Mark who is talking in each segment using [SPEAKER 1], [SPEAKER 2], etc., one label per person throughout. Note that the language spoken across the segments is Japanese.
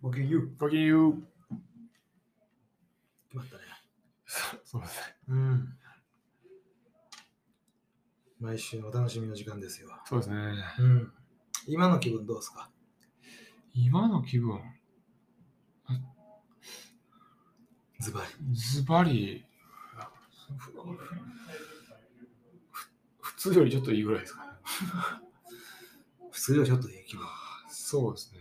[SPEAKER 1] ごきげんよう。
[SPEAKER 2] 決まったね。
[SPEAKER 1] すみません。
[SPEAKER 2] うん。毎週お楽しみの時間ですよ。
[SPEAKER 1] そうですね。
[SPEAKER 2] うん。今の気分どうですか
[SPEAKER 1] 今の気分、
[SPEAKER 2] ズバリ。
[SPEAKER 1] ズバリ、ふ普通よりちょっといいぐらいですかね。
[SPEAKER 2] 普通よりちょっといい気分。
[SPEAKER 1] そうですね。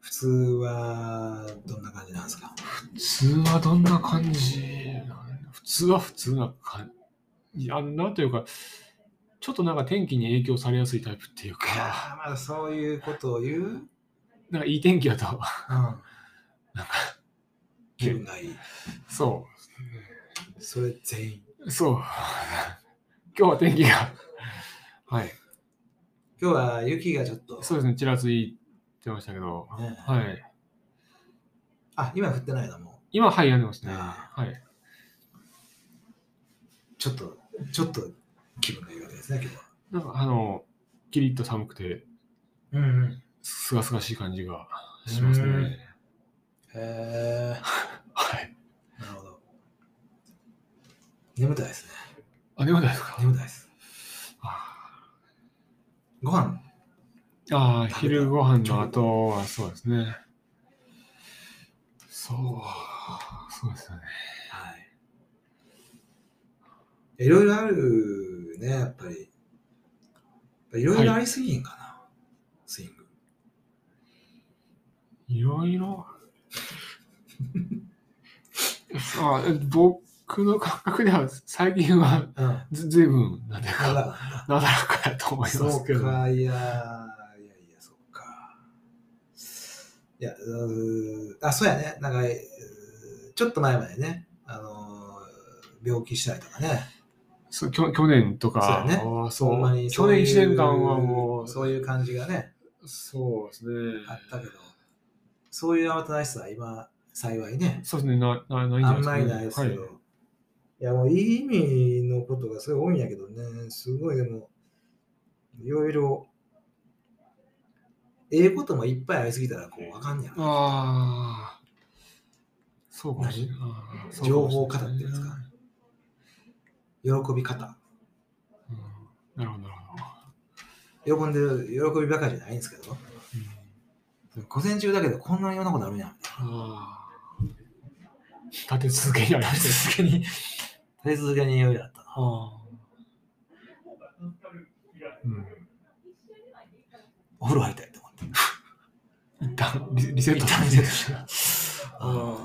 [SPEAKER 2] 普通はどんな感じなんですか
[SPEAKER 1] 普通はどんな感じなん普通は普通な感じ。あなんというか、ちょっとなんか天気に影響されやすいタイプっていう
[SPEAKER 2] いや
[SPEAKER 1] か、
[SPEAKER 2] ーまだそういうことを言う、うん、
[SPEAKER 1] なんかいい天気だと、
[SPEAKER 2] 気分がいい。
[SPEAKER 1] そ
[SPEAKER 2] それ全員。
[SPEAKER 1] う、そう。 今日は天気が、はい、
[SPEAKER 2] 今日は雪がちょっと。
[SPEAKER 1] そうですね、ちらついてましたけど、
[SPEAKER 2] ね
[SPEAKER 1] はい。
[SPEAKER 2] あ、今降ってないのも
[SPEAKER 1] 今、はい、やんでますね。
[SPEAKER 2] あ
[SPEAKER 1] はい。
[SPEAKER 2] う。ちょっと、ちょっと気分がいいわけですね、今日は。
[SPEAKER 1] なんか、あの、キリッと寒くて、
[SPEAKER 2] うんうん。
[SPEAKER 1] すがすがしい感じがします
[SPEAKER 2] う
[SPEAKER 1] ね
[SPEAKER 2] ん。へえ
[SPEAKER 1] はい。
[SPEAKER 2] ー、なるほど。眠たいですね。
[SPEAKER 1] あ、でもないですか
[SPEAKER 2] 眠たいです。
[SPEAKER 1] あ
[SPEAKER 2] ご飯
[SPEAKER 1] あー、昼ご飯の後はそうですね。そう、そうですよね。
[SPEAKER 2] はい。いろいろあるね、やっぱり。いろいろありすぎんかな、スイング。
[SPEAKER 1] いろい ろ。あ僕の感覚では最近は
[SPEAKER 2] うん。ま
[SPEAKER 1] ずずいぶん、なんていうか、
[SPEAKER 2] だ
[SPEAKER 1] なだらかやと思いま
[SPEAKER 2] そ
[SPEAKER 1] す
[SPEAKER 2] う
[SPEAKER 1] けど。
[SPEAKER 2] か、いやー、いやいや、そっか。いや、うーあ、そうやね。なんか、うーちょっと前までね、あのー病気したりとかね。
[SPEAKER 1] そう去去年とか
[SPEAKER 2] そうやね
[SPEAKER 1] は
[SPEAKER 2] ほんまに
[SPEAKER 1] 去
[SPEAKER 2] そうい
[SPEAKER 1] 年
[SPEAKER 2] う
[SPEAKER 1] 1年間はもう、
[SPEAKER 2] そういう感じがね、
[SPEAKER 1] そうですね。
[SPEAKER 2] あったけど、そういう慌ただしさは今、幸いね、
[SPEAKER 1] そうですね、ななないんじゃ
[SPEAKER 2] あ
[SPEAKER 1] ない
[SPEAKER 2] んま
[SPEAKER 1] ですか、ね。
[SPEAKER 2] りないですけど、、
[SPEAKER 1] はい
[SPEAKER 2] やもういい意味のことがすごい多いんやけどね、すごいでも、いろいろ、ええこともいっぱいありすぎたらこうわかんねやろ
[SPEAKER 1] ああ、そうかもしれない。あーそうか
[SPEAKER 2] 情
[SPEAKER 1] もしれ
[SPEAKER 2] 報
[SPEAKER 1] ない
[SPEAKER 2] 型っていうんですか、喜び方。
[SPEAKER 1] うんなるほど、なるほど。
[SPEAKER 2] 喜んでる喜びばかりじゃないんですけど、午前中だけでこんなようなことあるんやみたいな。
[SPEAKER 1] うん、ああ、立て続けにありま
[SPEAKER 2] 立
[SPEAKER 1] す。
[SPEAKER 2] て続けに、立て続けによいだったな。
[SPEAKER 1] ああ。うん。
[SPEAKER 2] お風呂入りたいと思って。
[SPEAKER 1] 一旦リリセット
[SPEAKER 2] 一旦リセットした
[SPEAKER 1] あ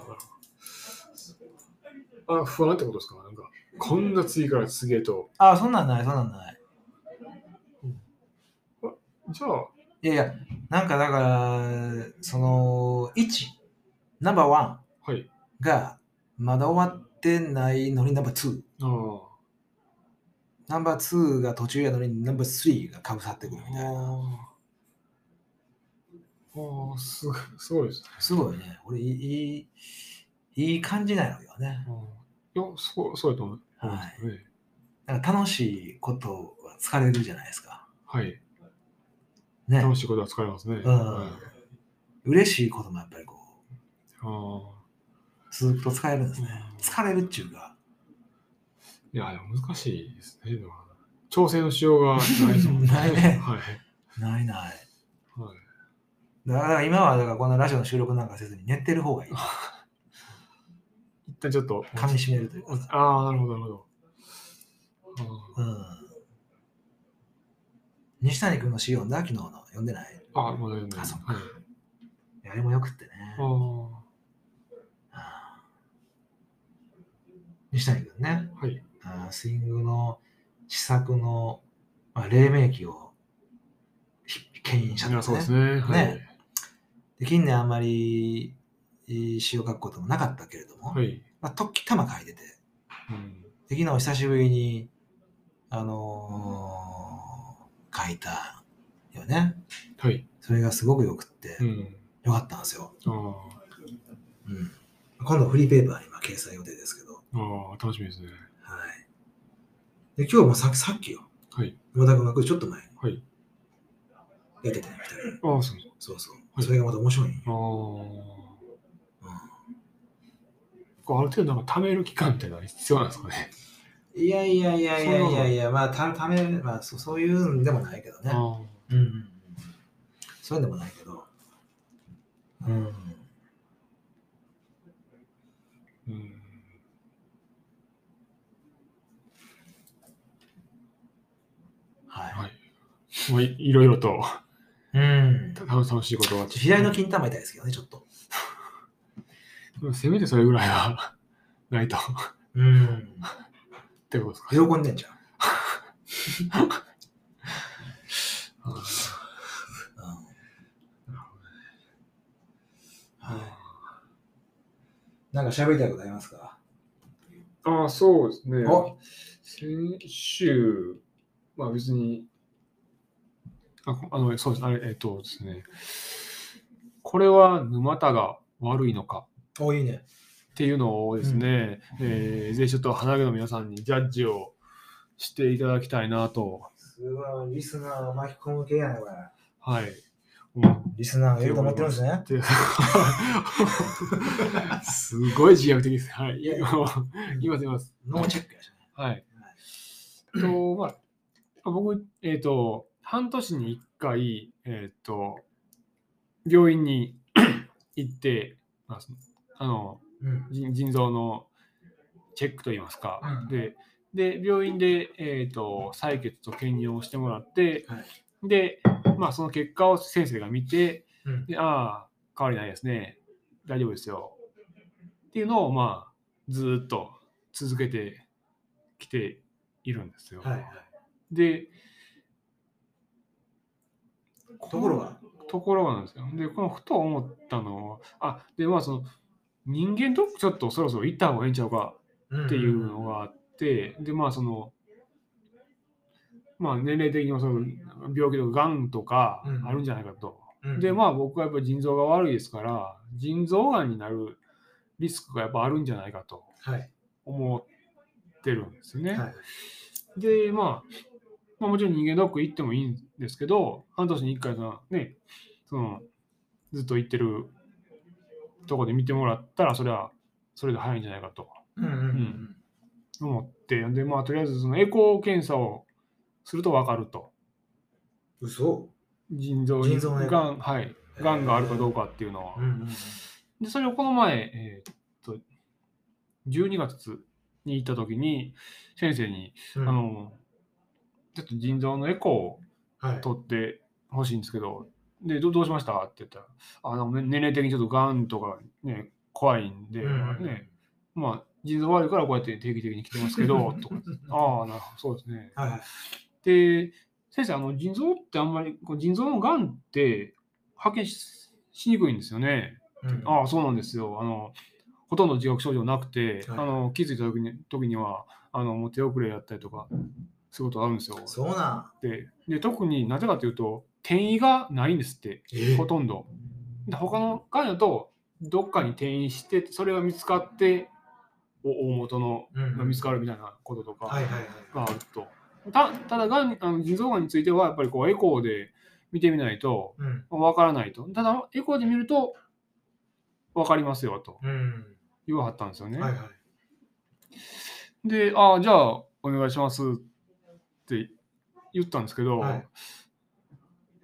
[SPEAKER 1] あ。あ、不安ってことですかなんか、こんな次から次へと。
[SPEAKER 2] ああ、そんなんない、そんなんない。
[SPEAKER 1] じゃあ、
[SPEAKER 2] いやいや、なんかだから、その、1、ナンバーワ
[SPEAKER 1] はい。
[SPEAKER 2] ンがまだ終わってないのにナンバー2、
[SPEAKER 1] ああ。
[SPEAKER 2] ナンバー2が途中やのにナンバー3がかぶさってくるみたいな。
[SPEAKER 1] ああー、すごい、すごいですね。
[SPEAKER 2] すごいね、俺、いい、いいいい感じなのよね。
[SPEAKER 1] いや、そう、そうやと思う。
[SPEAKER 2] はい。
[SPEAKER 1] い。
[SPEAKER 2] なんか楽しいことは疲れるじゃないですか。
[SPEAKER 1] はい。
[SPEAKER 2] ね。
[SPEAKER 1] 楽しいことは疲れますね。
[SPEAKER 2] うん
[SPEAKER 1] はい
[SPEAKER 2] 嬉しいこともやっぱりこう、
[SPEAKER 1] ああ。
[SPEAKER 2] 続くと疲れるんですね。疲れるっちゅうか。
[SPEAKER 1] いや、でも難しいですね。でも調整のしようがないですも ん
[SPEAKER 2] ないね
[SPEAKER 1] はい。
[SPEAKER 2] ないない。
[SPEAKER 1] はい。
[SPEAKER 2] だから今はだからこのラジオの収録なんかせずに寝てる方がいい。
[SPEAKER 1] 一旦ちょっと。
[SPEAKER 2] 噛み締めるというか。
[SPEAKER 1] ああ、なるほど、なるほど。
[SPEAKER 2] うん。西谷君の詩読んだ昨日の読んでない
[SPEAKER 1] あーあー、もう大丈夫です。
[SPEAKER 2] あそっ
[SPEAKER 1] はい。
[SPEAKER 2] いやあれもよくってね。
[SPEAKER 1] あ
[SPEAKER 2] うん西谷君ね、
[SPEAKER 1] あ、はい。
[SPEAKER 2] あースイングの試作の、まあ、黎明期をひ牽引しちゃっ
[SPEAKER 1] い
[SPEAKER 2] た
[SPEAKER 1] や、
[SPEAKER 2] ん
[SPEAKER 1] そうですね。はい。
[SPEAKER 2] で近年あんまりいい詩を書くこともなかったけれども、
[SPEAKER 1] はい。
[SPEAKER 2] まあ、時たま書いてて、
[SPEAKER 1] うん。
[SPEAKER 2] で昨日久しぶりに、あのー書いたよね。
[SPEAKER 1] はい。
[SPEAKER 2] それがすごくよくって
[SPEAKER 1] う、ん。
[SPEAKER 2] よかったんですよ。
[SPEAKER 1] あ
[SPEAKER 2] うん、今度フリーペーパーに今掲載予定ですけど、
[SPEAKER 1] あ、ああ、楽しみですね。
[SPEAKER 2] はい、で今日もささっきよ、
[SPEAKER 1] はい。
[SPEAKER 2] 野田君が来るちょっと前に
[SPEAKER 1] はい。
[SPEAKER 2] やってたみたいな。
[SPEAKER 1] ああ、そうです。
[SPEAKER 2] そうそう。
[SPEAKER 1] はい
[SPEAKER 2] それがまた面白いんよ
[SPEAKER 1] ああ。こうある程度なんか貯める期間っていうのは必要なんですかね。
[SPEAKER 2] いやいやいやいや
[SPEAKER 1] そんないの
[SPEAKER 2] やいや、まあ、たため、まあそう、そういうんでもないけどね。
[SPEAKER 1] あ
[SPEAKER 2] うんうんうん。そういうのでもないけど。うん。
[SPEAKER 1] ーうん
[SPEAKER 2] はい。
[SPEAKER 1] はいまあ、いいろいろと
[SPEAKER 2] うん。
[SPEAKER 1] た楽しいことは。
[SPEAKER 2] 左の金玉痛いですけどね、ちょっと。
[SPEAKER 1] せめてそれぐらいは ないと。っ
[SPEAKER 2] うん。
[SPEAKER 1] てことですか。
[SPEAKER 2] 喜んでんじゃん。
[SPEAKER 1] あ
[SPEAKER 2] うんはい。なんか喋りたいことありますか
[SPEAKER 1] ああ、そうですね
[SPEAKER 2] お。
[SPEAKER 1] 先週、まあ別に、あこあの、そうです、あれ、えっとですね、これは沼田が悪いのか
[SPEAKER 2] お、いいね。
[SPEAKER 1] っていうのをですね、えーぜひちょっと花毛の皆さんにジャッジをしていただきたいなと、
[SPEAKER 2] すごい、リスナーを巻き込む系やね、これ。
[SPEAKER 1] はい、思っ
[SPEAKER 2] リスナーがいると思ってるんですね。
[SPEAKER 1] て、すごい自虐的です。はい、いや今、今出ます。
[SPEAKER 2] ノーチェックやしね。
[SPEAKER 1] はい。と、まあ、僕、えっ、と、半年に1回、えっ、と、病院に 行って、まあ、そのあの
[SPEAKER 2] うん。
[SPEAKER 1] 腎腎臓のチェックといいますか、
[SPEAKER 2] うん
[SPEAKER 1] で、で、病院で、えっと採血と検尿をしてもらって、
[SPEAKER 2] はい
[SPEAKER 1] で、まあ、その結果を先生が見て、
[SPEAKER 2] うん。
[SPEAKER 1] でああ、変わりないですね、大丈夫ですよ。っていうのを、まあ、ずーっと続けてきているんですよ。
[SPEAKER 2] はいはい。
[SPEAKER 1] で、
[SPEAKER 2] ところが、
[SPEAKER 1] ところがなんですよ。で、このふと思ったのは、あ、で、まあその、人間ドックちょっとそろそろ行った方がいいんちゃうかっていうのがあって、で、まあその、まあ年齢的にもその病気とか、がんとか
[SPEAKER 2] うん
[SPEAKER 1] あるんじゃないかと。
[SPEAKER 2] うん、
[SPEAKER 1] で、まあ僕はやっぱり腎臓が悪いですから、腎臓がんになるリスクがやっぱあるんじゃないかと
[SPEAKER 2] あ、はい。
[SPEAKER 1] 思ってるんですよね。
[SPEAKER 2] はい。
[SPEAKER 1] で、まあ、まあ、もちろん人間ドック行ってもいいんですけど、半年に1回さ、ね、その、ずっと行ってるとこで見てもらったら、それは、それで早いんじゃないかと
[SPEAKER 2] うんうんうん
[SPEAKER 1] 思って、で、まあ、とりあえず、そのエコー検査をすると分かると。
[SPEAKER 2] うん。嘘
[SPEAKER 1] 腎臓
[SPEAKER 2] 腎
[SPEAKER 1] に、
[SPEAKER 2] 臓のエコー
[SPEAKER 1] がん、はい、がんがあるかどうかっていうのは。
[SPEAKER 2] うんうんうん。
[SPEAKER 1] で、それをこの前、えーっと、12月に行った時に、先生に、
[SPEAKER 2] うん
[SPEAKER 1] あ、の、ちょっと腎臓のエコーを
[SPEAKER 2] はい。
[SPEAKER 1] 取ってほしいんですけど、で、どどうしましたって言ったら、あのね年齢的にちょっとがんとかね、怖いんで、ね、まあ、腎臓悪いからこうやって定期的に来てます けど、とか、ああ、なるほど、そうですね。
[SPEAKER 2] はいはい。
[SPEAKER 1] で、先生、あの腎臓ってあんまり、こう腎臓のがんって発見ししにくいんですよね。
[SPEAKER 2] うん
[SPEAKER 1] ああ、そうなんですよ。あのほとんど自覚症状なくて、
[SPEAKER 2] はい
[SPEAKER 1] あの気づいた時に時にはあのもう手遅れやったりとか、そういうことあるんですよ。
[SPEAKER 2] そうなん。
[SPEAKER 1] でで特になぜかというと転移がないんですって
[SPEAKER 2] え
[SPEAKER 1] ほとんどで他のがんだとどっかに転移してそれが見つかってお大元の
[SPEAKER 2] うん
[SPEAKER 1] が見つかるみたいなことと
[SPEAKER 2] は
[SPEAKER 1] か
[SPEAKER 2] いはいはい。
[SPEAKER 1] があると、たただがんあの腎臓がんについてはやっぱりこうエコーで見てみないと
[SPEAKER 2] うん。
[SPEAKER 1] わからないとただエコーで見るとわかりますよと
[SPEAKER 2] うん。
[SPEAKER 1] 言わはったんですよね、
[SPEAKER 2] はいはい。
[SPEAKER 1] で、ああ、じゃあお願いしますって言ったんですけど、
[SPEAKER 2] はい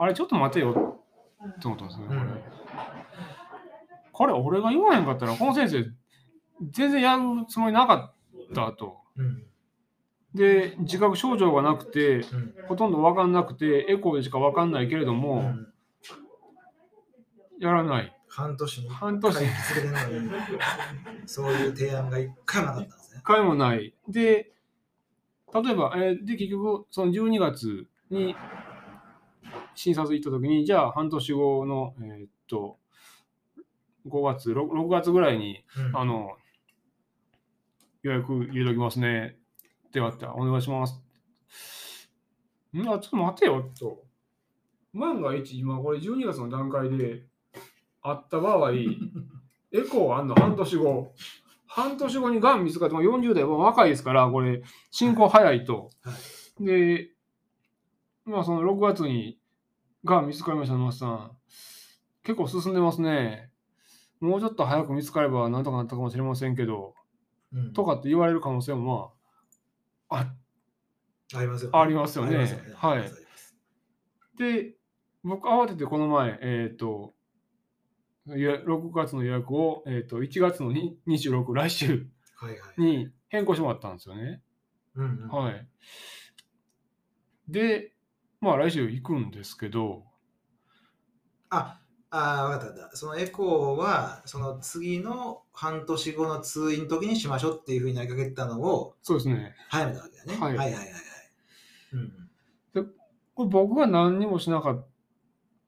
[SPEAKER 1] あれ、ちょっと待てよって思ったんですね、これ。
[SPEAKER 2] うん
[SPEAKER 1] これ、俺が言わへんかったら、この先生、全然やるつもりなかったと。
[SPEAKER 2] うん。
[SPEAKER 1] で、自覚症状がなくて、
[SPEAKER 2] うん。
[SPEAKER 1] ほとんど分かんなくて、エコーでしか分かんないけれど
[SPEAKER 2] う
[SPEAKER 1] も、
[SPEAKER 2] ん
[SPEAKER 1] やらない。
[SPEAKER 2] 半年に一
[SPEAKER 1] 半
[SPEAKER 2] 回
[SPEAKER 1] 年
[SPEAKER 2] 続けてるのに、そういう提案が一回もなかったんですね
[SPEAKER 1] 一。回もない。で、例えば、えーで、結局、その12月に診察行った時に、じゃあ半年後の、えーっと、5月6、6月ぐらいに、
[SPEAKER 2] うん
[SPEAKER 1] あの、予約入れときますね。ってわって、お願いします。んあ、ちょっと待てよ、と。万が一、今これ12月の段階であった場 合、エコーあんの半年後。半年後にがん見つかって、もう40代、もう若いですから、これ、進行早いと。
[SPEAKER 2] は
[SPEAKER 1] で、まあ、その6月にがん見つかりました、マスさん。結構進んでますね。もうちょっと早く見つかればなんとかなったかもしれませんけど、
[SPEAKER 2] うん
[SPEAKER 1] とかって言われる可能性もまああっ
[SPEAKER 2] ありますよ
[SPEAKER 1] ありますよね
[SPEAKER 2] あり
[SPEAKER 1] はい
[SPEAKER 2] ありますあります
[SPEAKER 1] で、僕、慌ててこの前、えっ、と、予約6月の予約を、えっと1月のに26、来週
[SPEAKER 2] はいはい。
[SPEAKER 1] に変更してもらったんですよね。
[SPEAKER 2] うんうん
[SPEAKER 1] はい。で、まあ来週行くんですけど、
[SPEAKER 2] あ、あ分かった分かった。そのエコーは、その次の半年後の通院の時にしましょうっていうふうに投げかけてたのを
[SPEAKER 1] そうですね。
[SPEAKER 2] 早めたわけだね。
[SPEAKER 1] は
[SPEAKER 2] は
[SPEAKER 1] い
[SPEAKER 2] いはいはいはい。うんうん
[SPEAKER 1] これ僕が何にもしなかっ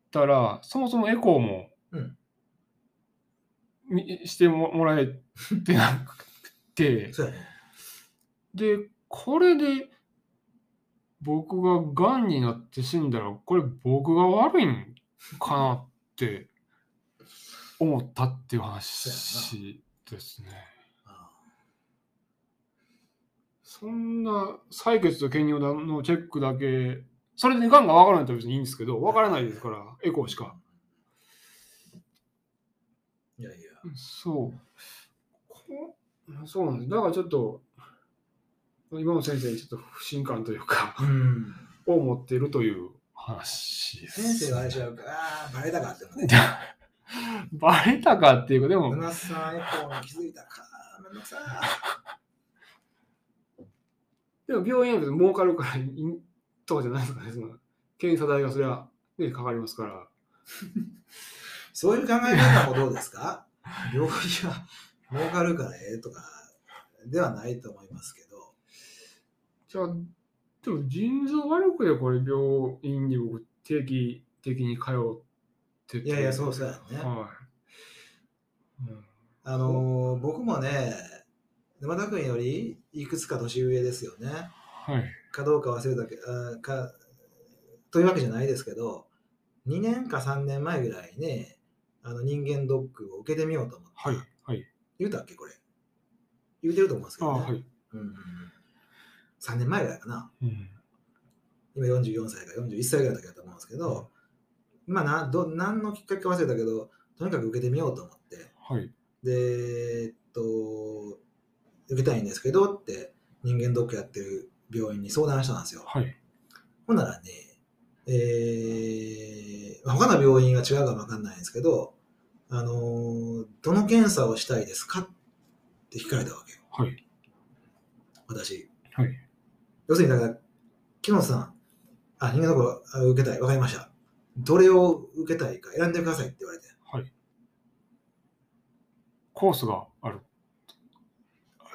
[SPEAKER 1] たら、そもそもエコーも、
[SPEAKER 2] うん
[SPEAKER 1] みしてももらえてなく て、
[SPEAKER 2] そうやね。
[SPEAKER 1] で、これで僕ががんになって死んだら、これ僕が悪いんかなって思ったっていう話ですね。
[SPEAKER 2] あ
[SPEAKER 1] そんな採血と検尿のチェックだけ、それでがんが分からないと別にいいんですけど、分からないですから、エコーしか。。
[SPEAKER 2] いやいや。
[SPEAKER 1] そう。こそうなんです。だからちょっと、今の先生にちょっと不信感というか、
[SPEAKER 2] うん。
[SPEAKER 1] を持っているという話です。
[SPEAKER 2] 先生があれちゃうから、ああ、バレたかって思うね。
[SPEAKER 1] バレたかっていうか、で
[SPEAKER 2] う
[SPEAKER 1] も、
[SPEAKER 2] なさん、エコーに気づいたか。めんどくさい。
[SPEAKER 1] でも病院は別に儲かるからいいとかじゃないですかね。その検査代がそれは、ね、かかりますから。
[SPEAKER 2] そういう考え方もどうですか病気は儲かるからええとかではないと思いますけど。
[SPEAKER 1] じゃあ、でも腎臓悪くでこれ病院に僕定期的に通ってて。
[SPEAKER 2] いやいや、そうそうやね。
[SPEAKER 1] はい。うん
[SPEAKER 2] あのー僕もね、沼田君よりいくつか年上ですよね。
[SPEAKER 1] はい。
[SPEAKER 2] かどうか忘れたけあーかというわけじゃないですけど、2年か3年前ぐらいね、あの人間ドックを受けてみようと思って、
[SPEAKER 1] はい。はい。
[SPEAKER 2] 言うたっけ、これ。言うてると思うんですけ
[SPEAKER 1] あ
[SPEAKER 2] ど、ね
[SPEAKER 1] はい。
[SPEAKER 2] うんうんうん、3年前ぐらいかな。
[SPEAKER 1] うん。
[SPEAKER 2] 今44歳か41歳ぐらいの時だと思うんですけど、まあなど何のきっかけか忘れたけどとにかく受けてみようと思って
[SPEAKER 1] はい。
[SPEAKER 2] でえっと受けたいんですけどって人間ドックやってる病院に相談したんですよ
[SPEAKER 1] はい。
[SPEAKER 2] ほんならねえーまあ他の病院は違うかも分かんないんですけどあのーどの検査をしたいですかって聞かれたわけよ
[SPEAKER 1] はい。
[SPEAKER 2] 私。
[SPEAKER 1] はい
[SPEAKER 2] 要するに、だから、木本さん、あ、人間のこあ受けたい、わかりました。どれを受けたいか選んでくださいって言われて。
[SPEAKER 1] はい。コースがある。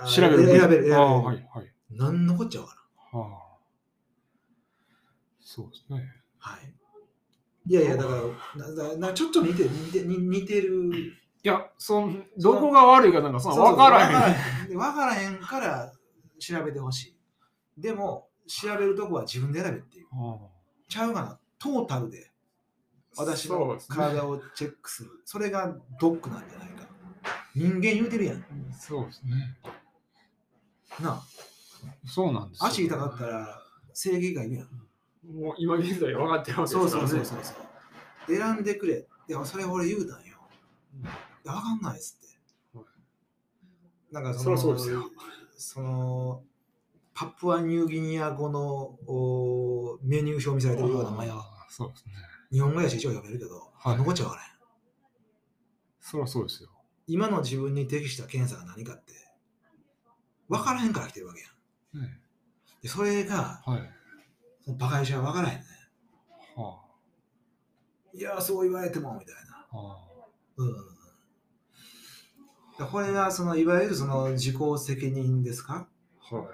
[SPEAKER 2] あ
[SPEAKER 1] 調べる。
[SPEAKER 2] 選べる、選べる。
[SPEAKER 1] ああ、はい。はい。
[SPEAKER 2] 何のこっちゃわからん。
[SPEAKER 1] はあ。そうですね。
[SPEAKER 2] はい。いやいや、だから、なななちょっと似てる、似て似似てる。
[SPEAKER 1] いや、そのどこが悪いかなんか、そんな分からへん。
[SPEAKER 2] へん。わからへんから調べてほしい。でも、調べるとこは自分で選べっていう。
[SPEAKER 1] あ
[SPEAKER 2] ちゃうかな、トータルで私の体をチェックする。そ,、れがドックなんじゃないか。人間言うてるやん。
[SPEAKER 1] あそうですね。
[SPEAKER 2] な
[SPEAKER 1] そうなんです
[SPEAKER 2] あ、
[SPEAKER 1] よ
[SPEAKER 2] 足痛かったら正義がいるやん。
[SPEAKER 1] もう今現在分かってるわけです
[SPEAKER 2] そうそうそう
[SPEAKER 1] そ
[SPEAKER 2] そうそう。選んでくれ。いや、それ俺言うたんよ。いや、わかんないっすっ
[SPEAKER 1] は
[SPEAKER 2] て。なんかそ
[SPEAKER 1] そ
[SPEAKER 2] の、
[SPEAKER 1] らそうですよ
[SPEAKER 2] その、パプアニューギニア語のおメニュー表見されてるような前は、
[SPEAKER 1] あーそうですね。
[SPEAKER 2] 日本語やし一応読めるけど、
[SPEAKER 1] はい
[SPEAKER 2] 残っちゃわからへん。
[SPEAKER 1] そりゃそうですよ。
[SPEAKER 2] 今の自分に適した検査が何かって分からへんから来てるわけやん。
[SPEAKER 1] ね、
[SPEAKER 2] でそれが
[SPEAKER 1] はい。
[SPEAKER 2] そのバカ医者は分からへんね。
[SPEAKER 1] は
[SPEAKER 2] んいやそう言われてもみたいな。
[SPEAKER 1] あ。は
[SPEAKER 2] うんうんうんでこれがそのいわゆるその自己責任ですか
[SPEAKER 1] あ。はい。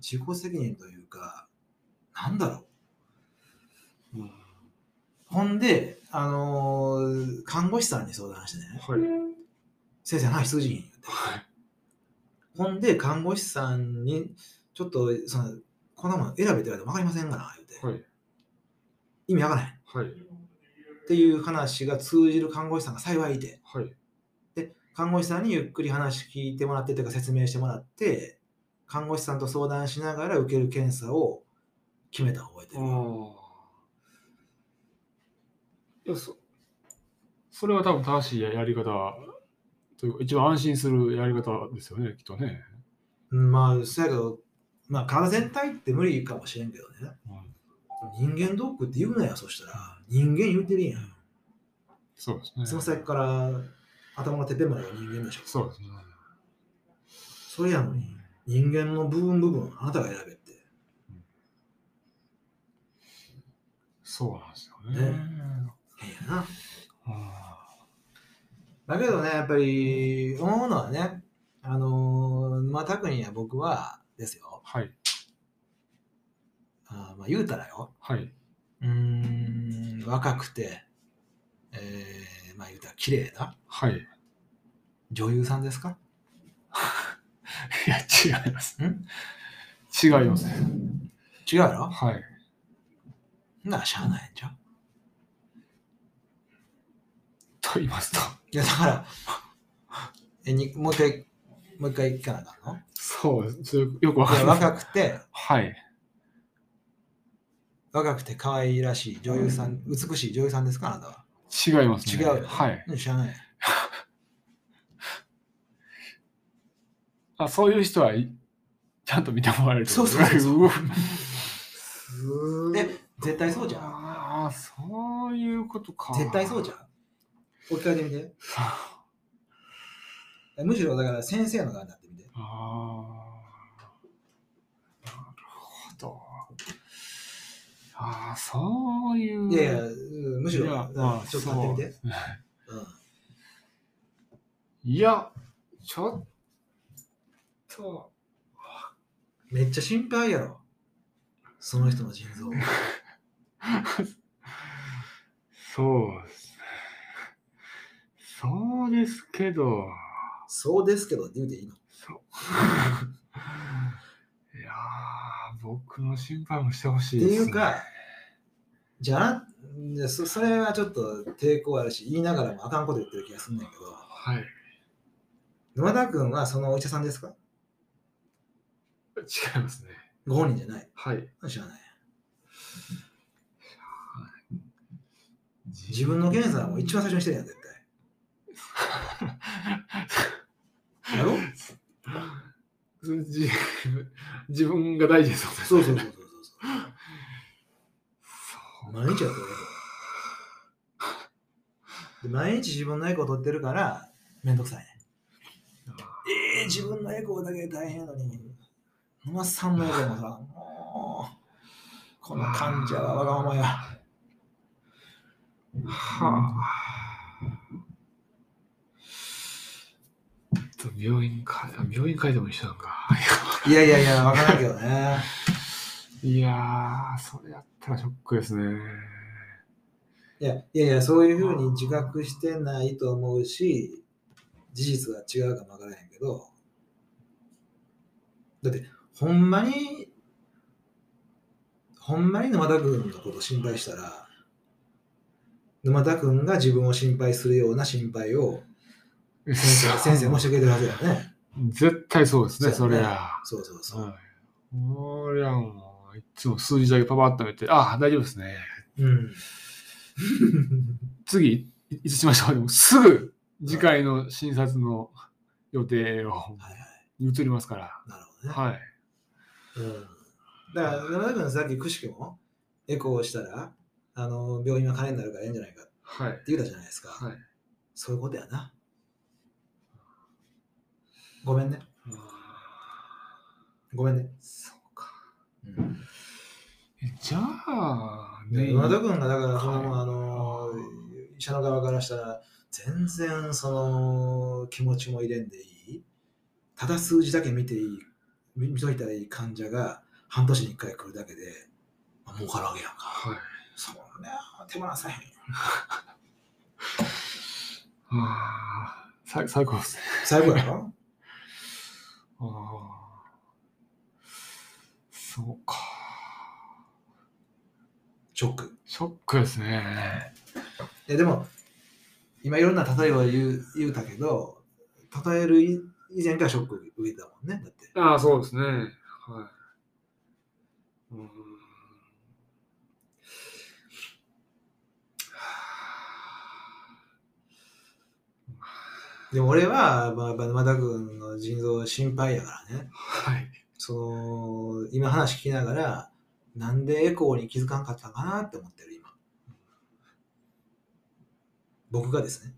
[SPEAKER 2] 自己責任というかなんだろう。
[SPEAKER 1] うん
[SPEAKER 2] ほんで、あのー看護師さんに相談してね
[SPEAKER 1] はい。
[SPEAKER 2] 先生の話通じひん言うて
[SPEAKER 1] はい。
[SPEAKER 2] ほんで看護師さんにちょっとそのこんなもん選べって言われても分かりませんから言うて、
[SPEAKER 1] はい。
[SPEAKER 2] 意味分からへん。
[SPEAKER 1] はい。
[SPEAKER 2] っていう話が通じる看護師さんが幸いいて、
[SPEAKER 1] はい。
[SPEAKER 2] 看護師さんにゆっくり話聞いてもらってというか説明してもらって、看護師さんと相談しながら受ける検査を決めた覚えて
[SPEAKER 1] あ
[SPEAKER 2] る。
[SPEAKER 1] あ。いや、そ、それは多分正しいやり方というか一番安心するやり方ですよね、きっとね。
[SPEAKER 2] うんまあ、そやけど、まあ、体全体って無理かもしれんけどね。
[SPEAKER 1] うん
[SPEAKER 2] 人間ドックって言うなや、そしたら。人間言うてるやん。
[SPEAKER 1] そうですね。
[SPEAKER 2] つま先から頭のてっぺんまでが人間でしょ。
[SPEAKER 1] そうですね。
[SPEAKER 2] それやのに、人間の部分部分、あなたが選べって。
[SPEAKER 1] そうなんですよね。
[SPEAKER 2] 変やな。
[SPEAKER 1] あ
[SPEAKER 2] だけどね、やっぱり、思うのはね、あのー、まあ、特に僕はですよ。
[SPEAKER 1] はい、
[SPEAKER 2] あーまあ、言うたらよ。
[SPEAKER 1] はい、
[SPEAKER 2] うーん、若くて、えー、まあ、言うたら綺麗な
[SPEAKER 1] はい。 い
[SPEAKER 2] 女優さんですか
[SPEAKER 1] や、違います。
[SPEAKER 2] ん
[SPEAKER 1] 違います。
[SPEAKER 2] 違うやろ
[SPEAKER 1] はい。
[SPEAKER 2] ならしゃあないんじゃう
[SPEAKER 1] と言いますと、
[SPEAKER 2] いや、だから、 えにもう一回、もう一回聞かなあかんの
[SPEAKER 1] そうです。それよくわか
[SPEAKER 2] い
[SPEAKER 1] り
[SPEAKER 2] や
[SPEAKER 1] ます。
[SPEAKER 2] 若くて、
[SPEAKER 1] はい。
[SPEAKER 2] 若くて可愛いらしい女優さん、美しい女優さんですかあなたは。
[SPEAKER 1] 違いますね。
[SPEAKER 2] 違うよ
[SPEAKER 1] はい。
[SPEAKER 2] うん知らない。
[SPEAKER 1] あ、そういう人はいちゃんと見てもらえる
[SPEAKER 2] そうそうそうそう
[SPEAKER 1] うわ
[SPEAKER 2] え、絶対そうじゃん。
[SPEAKER 1] ああ、そういうことか。
[SPEAKER 2] 絶対そうじ
[SPEAKER 1] ゃ
[SPEAKER 2] ゃん。置き換えてみて。
[SPEAKER 1] あ
[SPEAKER 2] むしろだから先生の側になってみて。
[SPEAKER 1] あー。なるほど。ああ、そういう。
[SPEAKER 2] いやいや、うんむしろ、
[SPEAKER 1] いや
[SPEAKER 2] うん
[SPEAKER 1] まあ
[SPEAKER 2] ちょっと立ってみて。うん
[SPEAKER 1] いや、ちょっと。
[SPEAKER 2] めっちゃ心配やろ。その人の腎臓。
[SPEAKER 1] そうですね。そうですけど。
[SPEAKER 2] そうですけど、言うていいの。
[SPEAKER 1] いやー、僕の心配もしてほしい
[SPEAKER 2] って
[SPEAKER 1] です、
[SPEAKER 2] い
[SPEAKER 1] ね。
[SPEAKER 2] うか、じゃあ、じゃあそそれはちょっと抵抗あるし、言いながらもあかんこと言ってる気がするんだけど、
[SPEAKER 1] はい。
[SPEAKER 2] 沼田君はそのお医者さんですか
[SPEAKER 1] 違いますね。
[SPEAKER 2] ご本人じゃない。
[SPEAKER 1] はい。
[SPEAKER 2] 知らない。自分の検査を一番最初にしてるやん、絶 対。やろ
[SPEAKER 1] 自自分 が大事ですもんね
[SPEAKER 2] そうそうそうそうそ。
[SPEAKER 1] そ
[SPEAKER 2] 毎
[SPEAKER 1] う
[SPEAKER 2] 日やってるで毎日自分のエコー取ってるから、めんどくさいね。えー、自分のエコーだけで大変やのに、沼津さんのエコーもさ、もう、この患者はわがままや。
[SPEAKER 1] う。はあ。と病院か、病院変えても一緒なんか。
[SPEAKER 2] いやいやいや、わからんけどね。
[SPEAKER 1] いやー、それやったらショックですね。
[SPEAKER 2] いやいやいや、そういうふうに自覚してないと思うし、事実が違うかもわからへんけど、だって、ほんまに、ほんまに沼田君のことを心配したら、沼田君が自分を心配するような心配を先 生先生もしてくれてるはずだよね。
[SPEAKER 1] 絶対そうですね、そ
[SPEAKER 2] そう
[SPEAKER 1] り
[SPEAKER 2] やね
[SPEAKER 1] ゃ。
[SPEAKER 2] そうそうそう。
[SPEAKER 1] はい。こりゃもう、いつも数字だけパパッと見て、ああ、大丈夫ですね。
[SPEAKER 2] うん。
[SPEAKER 1] 次、いいつしましょう。でもすぐ、次回の診察の予定を
[SPEAKER 2] はいはい。
[SPEAKER 1] 移りますから。
[SPEAKER 2] なるほどね。
[SPEAKER 1] はい。
[SPEAKER 2] うんだから、沼田君さっきくしくもエコーをしたら、あの病院は金になるからええんじゃないかって
[SPEAKER 1] はい。
[SPEAKER 2] 言うたじゃないですか。
[SPEAKER 1] はい。
[SPEAKER 2] そういうことやな。ごめんね。ごめんね。
[SPEAKER 1] そうか。えじゃあ、ね。
[SPEAKER 2] 沼田君がだからその、
[SPEAKER 1] はい
[SPEAKER 2] あの医者の側からしたら全然その気持ちも入れんでいいただ数字だけ見ていい見見といたらいい患者が半年に1回来るだけでまあ儲かるわけやんか。
[SPEAKER 1] はい。
[SPEAKER 2] そんな手放さへんよ。
[SPEAKER 1] ああ、最最高ですね。
[SPEAKER 2] 最後やろ
[SPEAKER 1] ああ。そうか。
[SPEAKER 2] ショック。
[SPEAKER 1] ショックですね。
[SPEAKER 2] いやでも、今いろんな例えを言う言うたけど、例える以以前からショック受けてたもんね。だって。
[SPEAKER 1] ああ、そうですね。はい。うーん。はあ
[SPEAKER 2] でも俺は、まあ、沼田君の腎臓心配やからね。
[SPEAKER 1] はい。
[SPEAKER 2] その、今話聞きながら、なんでエコーに気づかなかったのかなって思ってる、今。僕がですね。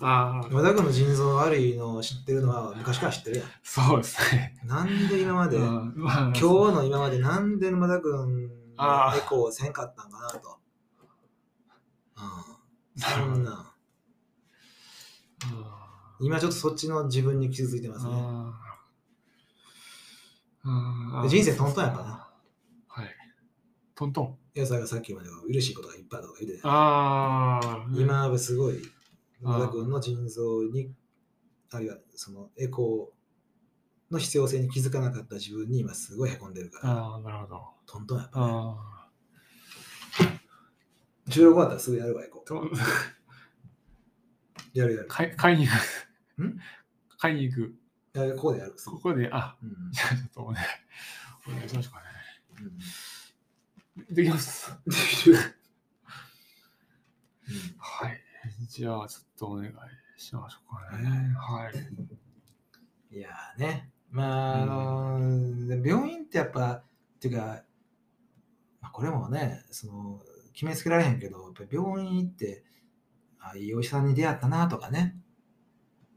[SPEAKER 1] ああ、
[SPEAKER 2] 沼田君の腎臓悪いのを知ってるのは昔から知ってるや
[SPEAKER 1] そうですね。
[SPEAKER 2] ん。なんで今まで、
[SPEAKER 1] うんまあ、
[SPEAKER 2] 今日の今までなんで沼田君
[SPEAKER 1] あ
[SPEAKER 2] エコーせんかったんかなと。うん。そんな。
[SPEAKER 1] あ
[SPEAKER 2] 今ちょっとそっちの自分に傷ついてますね。
[SPEAKER 1] あああ
[SPEAKER 2] 人生トントンやからな。
[SPEAKER 1] はい。トントン。
[SPEAKER 2] やさがさっきまでは嬉しいことがいっぱいあるとか言ってたやん
[SPEAKER 1] ああ。
[SPEAKER 2] 今はすごい、
[SPEAKER 1] あー
[SPEAKER 2] 野田君の腎臓に、あるいはそのエコーの必要性に気づかなかった自分に今すごいへこんでるから、
[SPEAKER 1] ああ、なるほど。
[SPEAKER 2] トントンやっぱ。
[SPEAKER 1] ああ。
[SPEAKER 2] 収録終わったらすぐやるわ、エコ
[SPEAKER 1] と
[SPEAKER 2] ー。やるやる。
[SPEAKER 1] 買い買いに行く。
[SPEAKER 2] ん
[SPEAKER 1] 買いに行く。
[SPEAKER 2] いやここでやる。すぐ
[SPEAKER 1] ここで、あ、
[SPEAKER 2] うん
[SPEAKER 1] じゃあちょっとお願い、お願いしますか
[SPEAKER 2] うん
[SPEAKER 1] ね。できます。
[SPEAKER 2] できる。
[SPEAKER 1] はい。じゃあ、ちょっとお願いしましょうかね。はい。
[SPEAKER 2] いやーね、まあ、あのー病院ってやっぱ、っていうか、まあ、これもね、その、決めつけられへんけど、やっぱり病院行って、あいいお医者さんに出会ったなとかね、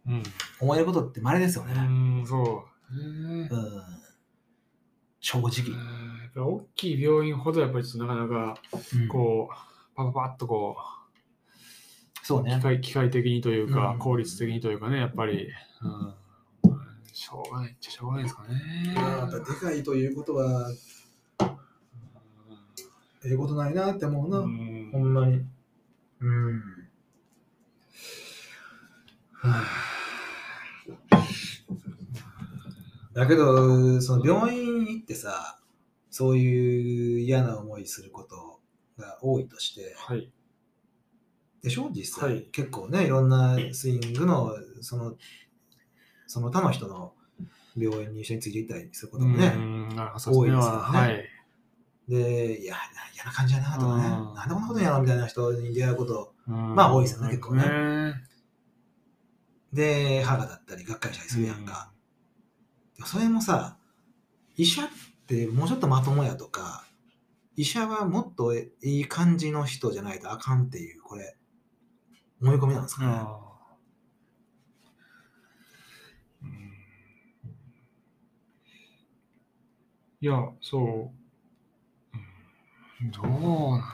[SPEAKER 1] うん。
[SPEAKER 2] 思えることって稀ですよ
[SPEAKER 1] う
[SPEAKER 2] ね。
[SPEAKER 1] ーん、そう。へえ
[SPEAKER 2] うん。正直。
[SPEAKER 1] えーやっぱり大きい病院ほどやっぱりちょっとなかなか
[SPEAKER 2] こ
[SPEAKER 1] こう、パパパッとこ
[SPEAKER 2] うそう
[SPEAKER 1] う機
[SPEAKER 2] ね。
[SPEAKER 1] 械機械的にというか、
[SPEAKER 2] うん
[SPEAKER 1] 効率的にというかねやっぱり、うん、しょうがないっちゃしょうがないですかね。
[SPEAKER 2] やっぱでかいということは、ええことないなって思うな。
[SPEAKER 1] うん
[SPEAKER 2] んまに。うん。はあだけど、その病院行ってさ、そういう嫌な思いすることが多いとして、
[SPEAKER 1] はい。
[SPEAKER 2] でしょ実際、
[SPEAKER 1] はい
[SPEAKER 2] 結構ね、いろんなスイングの、その、その他の人の病院に一緒についていったりすることも
[SPEAKER 1] う
[SPEAKER 2] ね、
[SPEAKER 1] ん、あそうで
[SPEAKER 2] 多い
[SPEAKER 1] すね。
[SPEAKER 2] ですよね
[SPEAKER 1] はい。
[SPEAKER 2] で、いや、嫌な感じやなとかね、
[SPEAKER 1] うん
[SPEAKER 2] なんでこんなことやろみたいな人に出会うこと、
[SPEAKER 1] ま
[SPEAKER 2] まあ多いですよね結構ね
[SPEAKER 1] ね
[SPEAKER 2] で、歯が立ったり、がっかりしたりするやんか。でもそれもさ、医者ってもうちょっとまともやとか、医者はもっとえいい感じの人じゃないとあかんっていう、これ、思い込みなんですかね。
[SPEAKER 1] あーうんいや、そう。うんどうなんで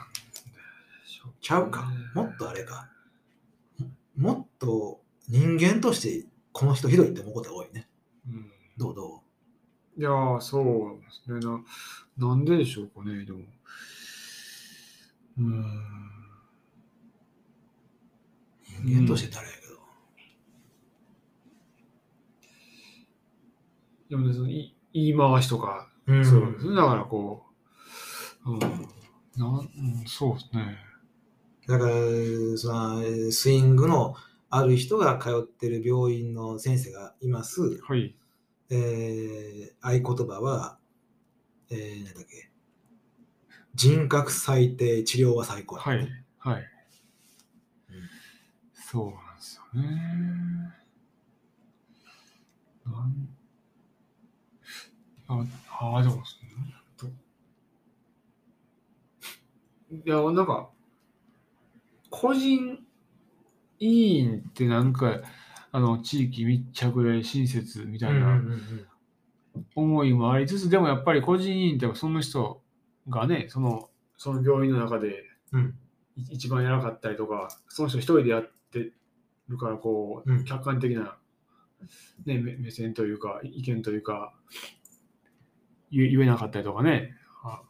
[SPEAKER 1] しょう、
[SPEAKER 2] ちゃうか。もっとあれか。ももっと人間として、この人ひどいって思うことが多いね。
[SPEAKER 1] うん
[SPEAKER 2] どうど
[SPEAKER 1] いやー、そうですね。ななんででしょうかね、でも。うーん。
[SPEAKER 2] う人間として誰やけど。
[SPEAKER 1] でもね、そのい言い回しとか、
[SPEAKER 2] うん
[SPEAKER 1] そうですね。だからこう、うん、なんうんそうですね。
[SPEAKER 2] だから、そのスイングのある人が通ってる病院の先生がいます。
[SPEAKER 1] はい。
[SPEAKER 2] えー、合言葉は、えー、なんだっけ、人格最低、治療は最高、
[SPEAKER 1] はい。
[SPEAKER 2] う
[SPEAKER 1] はい。
[SPEAKER 2] ん
[SPEAKER 1] そうなんですよね。なんあ、ああ、でもそう、といや、なんか、個人委員ってなんか、あの、地域密着で親切みたいな思いもありつつ、でもやっぱり個人委員ってその人がね、その、その病院の中で
[SPEAKER 2] うん
[SPEAKER 1] い一番偉かったりとか、その人一人でやってるから、こ
[SPEAKER 2] うん
[SPEAKER 1] う、客観的な、ね、目目線というか、意見というか、言え言えなかったりとかね。あ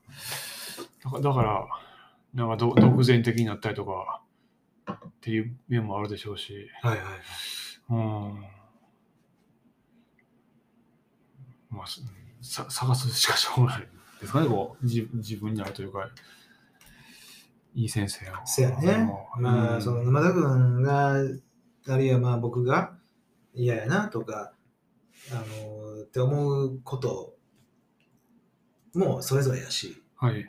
[SPEAKER 1] だから、だからなんかど独善的になったりとか、っていう面もあるでしょうし。
[SPEAKER 2] はいはい。
[SPEAKER 1] うん。まあ、すさ探すしかしょうがないですかね、こう、自自分になるというか、いい先生を。
[SPEAKER 2] せやね。まあ、その沼田君が、あるいはまあ僕が嫌やなとか、あのーって思うこともそれぞれやし、
[SPEAKER 1] はい。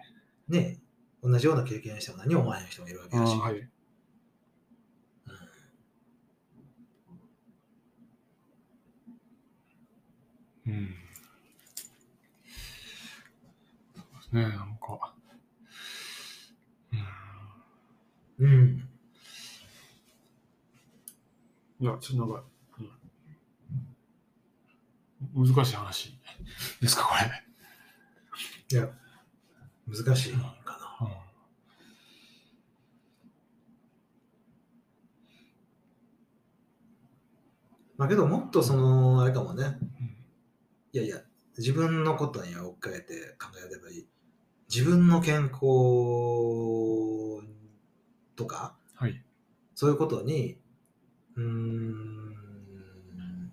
[SPEAKER 2] ね、同じような経験しても何も思わへん人もいるわけ
[SPEAKER 1] あ
[SPEAKER 2] やし。
[SPEAKER 1] はい。
[SPEAKER 2] うん
[SPEAKER 1] うん。そうですね、なんか。う
[SPEAKER 2] う
[SPEAKER 1] ん。
[SPEAKER 2] ん。
[SPEAKER 1] いや、ちょっとなんか、うん、難しい話ですか、これ。
[SPEAKER 2] いや、難しいかな。まあけど、もっとその、あれかもね。いやいや、自分のことには追っかけて考えればいい。自分の健康とか、
[SPEAKER 1] はい。
[SPEAKER 2] そういうことに、うーん、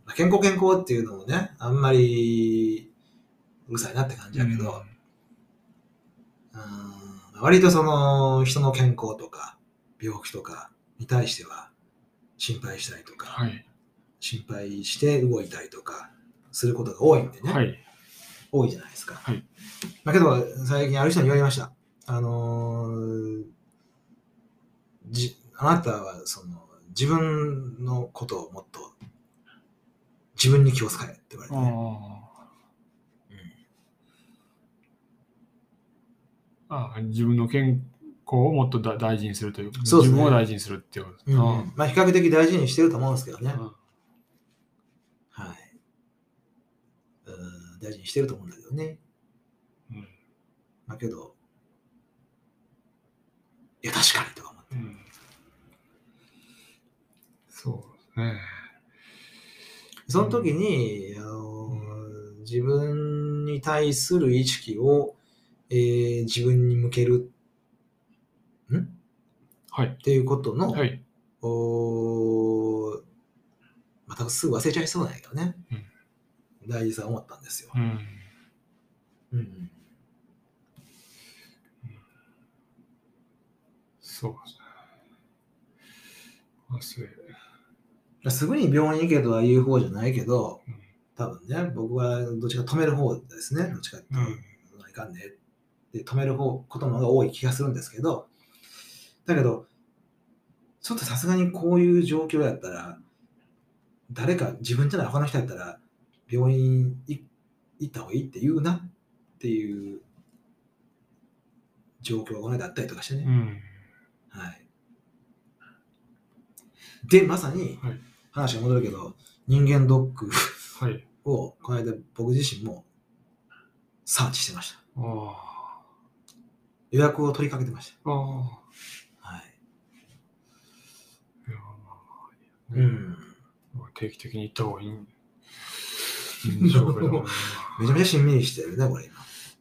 [SPEAKER 2] まあ健康健康っていうのもね、あんまりうるさいなって感じだけど、うーん割とその人の健康とか病気とかに対しては心配したりとか、
[SPEAKER 1] はい。
[SPEAKER 2] 心配して動いたりとかすることが多いんでね、
[SPEAKER 1] はい。
[SPEAKER 2] 多いじゃないですか。
[SPEAKER 1] はい
[SPEAKER 2] だけど最近ある人に言われました。あのーじあなたはその自分のことをもっと自分に気を使えって言われて、
[SPEAKER 1] あ
[SPEAKER 2] ね、
[SPEAKER 1] あ。ああ自分の健康をもっとだ大事にするという
[SPEAKER 2] そうですね
[SPEAKER 1] 自分を大事にするっていうこと
[SPEAKER 2] うんまあ比較的大事にしてると思うんですけどね。
[SPEAKER 1] ああ
[SPEAKER 2] はい。うーん大事にしてると思うんだけどね。
[SPEAKER 1] うん
[SPEAKER 2] だけど、いや、確かにとか思って。
[SPEAKER 1] うんそうですね。
[SPEAKER 2] その時に、あのー自分に対する意識を、えー自分に向けるんっ
[SPEAKER 1] はい。
[SPEAKER 2] ていうことの、
[SPEAKER 1] はい。
[SPEAKER 2] おーまたすぐ忘れちゃいそうなんやけどね、大事さを思ったんですよ。
[SPEAKER 1] うん。
[SPEAKER 2] うんうん
[SPEAKER 1] そうですね。
[SPEAKER 2] すぐに病院行けとは言う方じゃないけど
[SPEAKER 1] うん、
[SPEAKER 2] 多分ね、僕はどっちか止める方ですね、どっちかっていうと、
[SPEAKER 1] うん
[SPEAKER 2] いかんねで止める方ことの方が多い気がするんですけど、だけど、ちょっとさすがにこういう状況やったら、誰か自分じゃない他の人やったら、病院い行った方がいいって言うなっていう状況がこの間あったりとかしてね。
[SPEAKER 1] 忘れ。うん。
[SPEAKER 2] はい。で、まさに
[SPEAKER 1] はい
[SPEAKER 2] 話が戻るけど、人間ドック
[SPEAKER 1] はい。
[SPEAKER 2] をこの間僕自身もサーチしてました。
[SPEAKER 1] あ
[SPEAKER 2] 予約を取りかけてまし
[SPEAKER 1] あ。あ
[SPEAKER 2] た。はい。
[SPEAKER 1] あ。いやまあ
[SPEAKER 2] う
[SPEAKER 1] ね
[SPEAKER 2] ん。
[SPEAKER 1] まあ定期的に行った方がいいんいいんでしょうけども。
[SPEAKER 2] めちゃめちゃしんみりしてるね、これ今。
[SPEAKER 1] い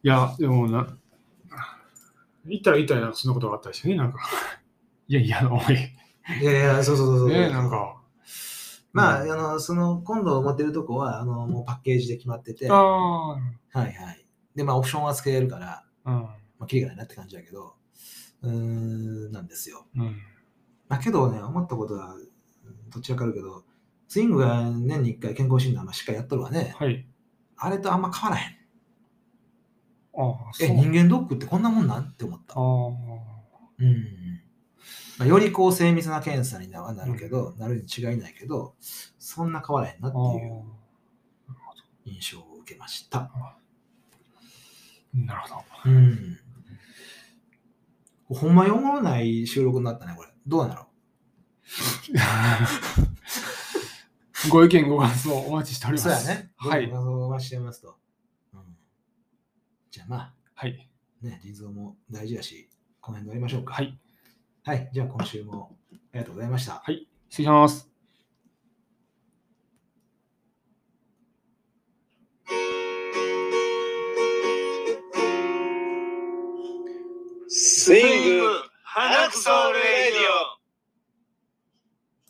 [SPEAKER 1] や、でもな、行ったら行ったらなんかそんなことがあったりしてね、なんか。いやいや、おい。
[SPEAKER 2] いやいや、そうそうそうそう。
[SPEAKER 1] ね、なんか。
[SPEAKER 2] まあ、あ
[SPEAKER 1] うん
[SPEAKER 2] の、その、今度持ってるとこは、あの、もうパッケージで決まってて、は
[SPEAKER 1] あ
[SPEAKER 2] いはい。で、まあ、オプションはつけれるから、
[SPEAKER 1] あ。
[SPEAKER 2] まあ、キリがないなって感じだけど、うーん、なんですよ。
[SPEAKER 1] うん。うん。
[SPEAKER 2] まあ、けどね、思ったことは、うんどっちらかあるけど、スイングが年に1回健康診断、まあ、しっかりやっとるわね。
[SPEAKER 1] はい。
[SPEAKER 2] あれとあんま変わらへん。
[SPEAKER 1] ああ、そう
[SPEAKER 2] え、。人間ドックってこんなもんなんって思った。
[SPEAKER 1] あ
[SPEAKER 2] うん。まあ、よりこう精密な検査にはなるけど、なるに違いないけど、そんな変わらへんなって
[SPEAKER 1] あ。あ
[SPEAKER 2] いう印象を受けました。
[SPEAKER 1] あ。なるほど。
[SPEAKER 2] うん。ほんまにおもろない収録になったね、これ。どうなの
[SPEAKER 1] ご意見、ご感想お待ちしております。
[SPEAKER 2] そうやね。
[SPEAKER 1] はい
[SPEAKER 2] 画。像はしてますと。うん。じゃあまあ。
[SPEAKER 1] はい。
[SPEAKER 2] ね、腎臓も大事だし、この辺で終わりましょうか。
[SPEAKER 1] はい。
[SPEAKER 2] はい、じゃあ今週もありがとうございました。
[SPEAKER 1] 失礼します。
[SPEAKER 3] スイング花草レディオ